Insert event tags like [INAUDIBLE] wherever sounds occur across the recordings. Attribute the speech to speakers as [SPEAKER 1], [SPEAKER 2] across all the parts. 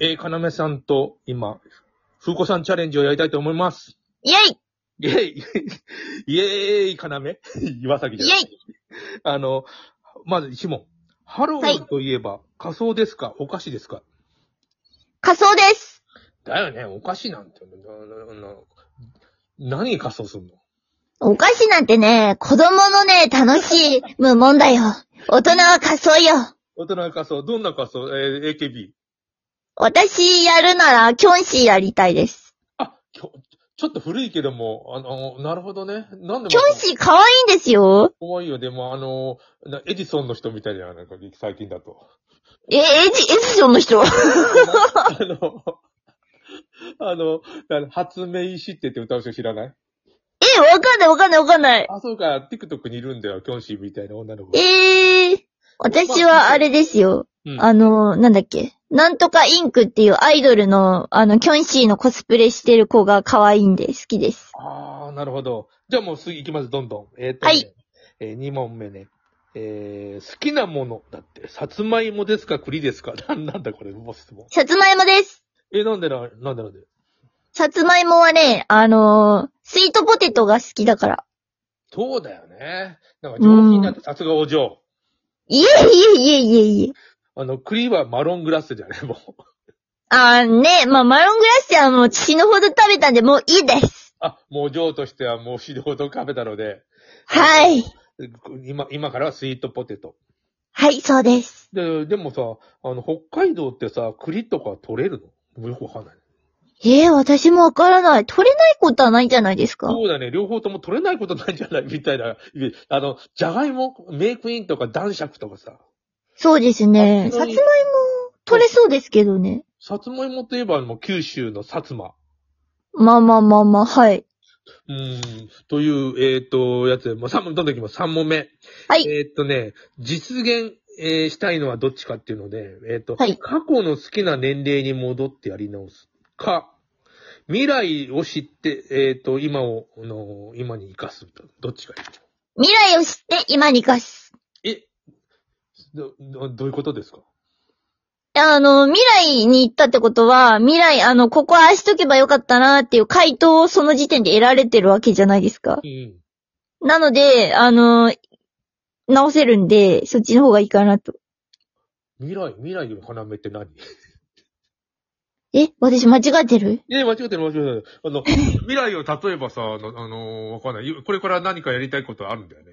[SPEAKER 1] えー、かなめさんと今、ふうこさんチャレンジをやりたいと思います。
[SPEAKER 2] イェイ
[SPEAKER 1] イェイイェーイ、かなめ [LAUGHS] 岩崎
[SPEAKER 2] イ
[SPEAKER 1] で
[SPEAKER 2] ェ
[SPEAKER 1] す。
[SPEAKER 2] イ
[SPEAKER 1] あの、まず一問。ハロウィンといえば、仮装ですかお菓子ですか
[SPEAKER 2] 仮装です
[SPEAKER 1] だよね、お菓子なんて。ななな何に仮装すんの
[SPEAKER 2] お菓子なんてね、子供のね、楽しむもんだよ。大人は仮装よ。
[SPEAKER 1] 大人の仮装、どんな仮装えー AKB。
[SPEAKER 2] 私やるなら、キョンシーやりたいです。
[SPEAKER 1] あ、きょ、ちょっと古いけども、あの、なるほどね。なんで
[SPEAKER 2] キョンシー可愛いんですよ。
[SPEAKER 1] 怖いよ。でも、あの、なエジソンの人みたいじゃないなんか、最近だと。
[SPEAKER 2] え、エジ、エジソンの人。 [LAUGHS]
[SPEAKER 1] あの、あの、あの発明しってって歌う人知らない
[SPEAKER 2] え、わかんないわかんないわかんない。
[SPEAKER 1] あ、そうか、TikTok にいるんだよ、キョンシーみたいな女の子が。
[SPEAKER 2] えー、私はあれですよ。
[SPEAKER 1] うん
[SPEAKER 2] あの、なんだっけ。なんとかインクっていうアイドルの、あの、キョンシーのコスプレしてる子が可愛いんで好きです。
[SPEAKER 1] あー、なるほど。じゃあもう次行きます、どんどん。えっ、と、
[SPEAKER 2] はい
[SPEAKER 1] えー、2問目ね。えー、好きなもの、だって、さつまいもですか、栗ですか。 [LAUGHS] なんなんだこれ、もう質問。
[SPEAKER 2] さつまいもです。
[SPEAKER 1] えー、なんでな、なんでなんで。
[SPEAKER 2] さつまいもはね、あのースイートポテトが好きだから。
[SPEAKER 1] そうだよね。なんか上品なって、さすがお嬢。
[SPEAKER 2] いえいえいえいえいえ。
[SPEAKER 1] あの、栗はマロングラッセじゃね、もう。
[SPEAKER 2] あーね、まあ、マロングラッセはもう死ぬほど食べたんで、もういいです。
[SPEAKER 1] あ、もうお嬢としてはもう指導と食べたので。
[SPEAKER 2] はい。
[SPEAKER 1] 今、今からはスイートポテト。
[SPEAKER 2] はい、そうです。
[SPEAKER 1] で、でもさ、あの、北海道ってさ、栗とか取れるのもうよくわかんない。
[SPEAKER 2] ええ私もわからない。取れないことはないんじゃないですか
[SPEAKER 1] そうだね、両方とも取れないことないんじゃないみたいな。あの、じゃがいも、メイクインとか男爵とかさ。
[SPEAKER 2] そうですね。
[SPEAKER 1] あ
[SPEAKER 2] さつまいも、取れそうですけどね。
[SPEAKER 1] さつまいもといえばもう九州の薩摩。
[SPEAKER 2] まあまあまあまあ、はい。
[SPEAKER 1] うーん、という、えっ、と、やつで、もう3問、どんどんいきます。3問目。
[SPEAKER 2] はい
[SPEAKER 1] えっ、とね、実現、えーしたいのはどっちかっていうので、えっ、と、
[SPEAKER 2] はい
[SPEAKER 1] 過去の好きな年齢に戻ってやり直すか、未来を知って、えっ、と、今を、あのー今に生かす。どっちがい
[SPEAKER 2] 未来を知って今に生かす。
[SPEAKER 1] いえど、どどういうことですか
[SPEAKER 2] あの、未来に行ったってことは、未来、あの、ここああしとけばよかったなっていう回答をその時点で得られてるわけじゃないですか。
[SPEAKER 1] うん。
[SPEAKER 2] なので、あの、直せるんで、そっちの方がいいかなと。
[SPEAKER 1] 未来、未来の要って何
[SPEAKER 2] え私間違ってる
[SPEAKER 1] え、間違ってる、間違ってる。あ
[SPEAKER 2] [LAUGHS]
[SPEAKER 1] の、未来を例えばさ、あの、あのーわかんない。これから何かやりたいことあるんだよね。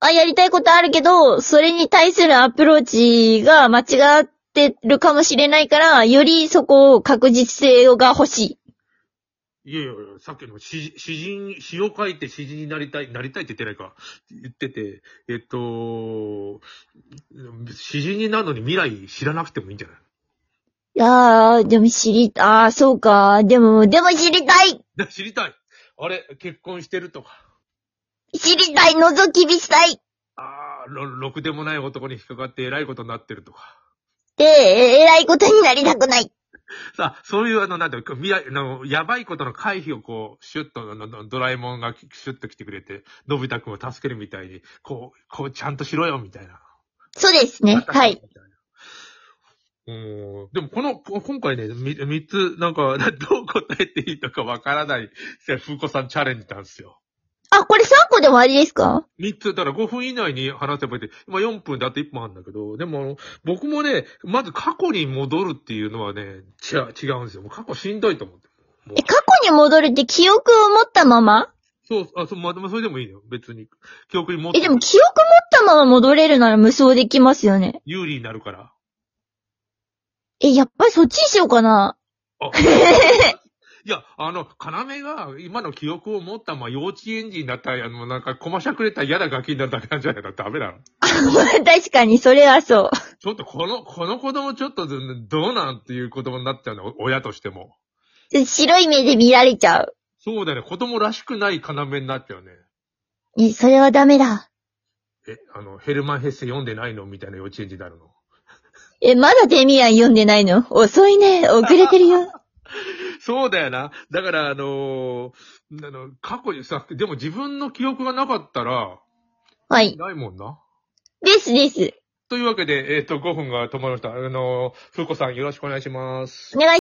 [SPEAKER 2] あ、やりたいことあるけど、それに対するアプローチが間違ってるかもしれないから、よりそこを確実性が欲しい。
[SPEAKER 1] いやいやいや、さっきの詩詩人、詩を書いて詩人になりたい、なりたいって言ってないか、言ってて、えっと、詩人になるのに未来知らなくてもいいんじゃない
[SPEAKER 2] いやー、でも知り、あー、そうか。でも、でも知りたい
[SPEAKER 1] だ知りたい [LAUGHS] あれ結婚してるとか、
[SPEAKER 2] 知りたい覗き見したい
[SPEAKER 1] ああ、ろ、ろくでもない男に引っかかって偉いことになってるとか。
[SPEAKER 2] で、ええらいことになりたくない。
[SPEAKER 1] さあ、そういうあの、なんだろう、未来、あの、やばいことの回避をこう、シュッと、あのドドラえもんがシュッと来てくれて、のび太くんを助けるみたいに、こう、こう、ちゃんとしろよ、みたいな。
[SPEAKER 2] そうですね。はい。。
[SPEAKER 1] うん。でもこの、こ今回ね、み三つ、なんか、 [LAUGHS] どう答えていいのかわからない、ふうこさんチャレンジなんですよ。
[SPEAKER 2] あ、これ3個でもありですか
[SPEAKER 1] 三つ、だから5分以内に話せばいいって、今4分であと1分あるんだけど、でもあの、僕もね、まず過去に戻るっていうのはね、違う、違うんですよ。もう過去しんどいと思って。もう
[SPEAKER 2] え、過去に戻るって記憶を持ったまま
[SPEAKER 1] そう、あ、そう、まあ、でもそれでもいいよ。別に。記憶に持っ
[SPEAKER 2] え、
[SPEAKER 1] て
[SPEAKER 2] でも記憶持ったまま戻れるなら無双できますよね。
[SPEAKER 1] 有利になるから。
[SPEAKER 2] え、やっぱりそっちにしようかな。
[SPEAKER 1] あいや、あの、要が今の記憶を持った、まあ、幼稚園児になった、あの、なんか、こましゃくれた嫌なガキになっただけなんじゃないのダメなの
[SPEAKER 2] [LAUGHS] 確かに、それはそう。
[SPEAKER 1] ちょっとこの、この子供ちょっとず、どうなんっていう子供になっちゃうの、お親としても。
[SPEAKER 2] 白い目で見られちゃう。
[SPEAKER 1] そうだよね、子供らしくない要になっちゃうね。
[SPEAKER 2] え、それはダメだ。
[SPEAKER 1] え、あの、ヘルマンヘッセ読んでないのみたいな幼稚園児になるの。
[SPEAKER 2] え、まだデミアン読んでないの遅いね。遅れてるよ。 [LAUGHS]
[SPEAKER 1] そうだよな。だから、あのーあの、過去にさ、でも自分の記憶がなかったら、
[SPEAKER 2] はい。
[SPEAKER 1] ないもんな。
[SPEAKER 2] ですです。
[SPEAKER 1] というわけで、えっ、と、5分が止まりました。あの、ふうこさんよろしくお願いします。
[SPEAKER 2] お願い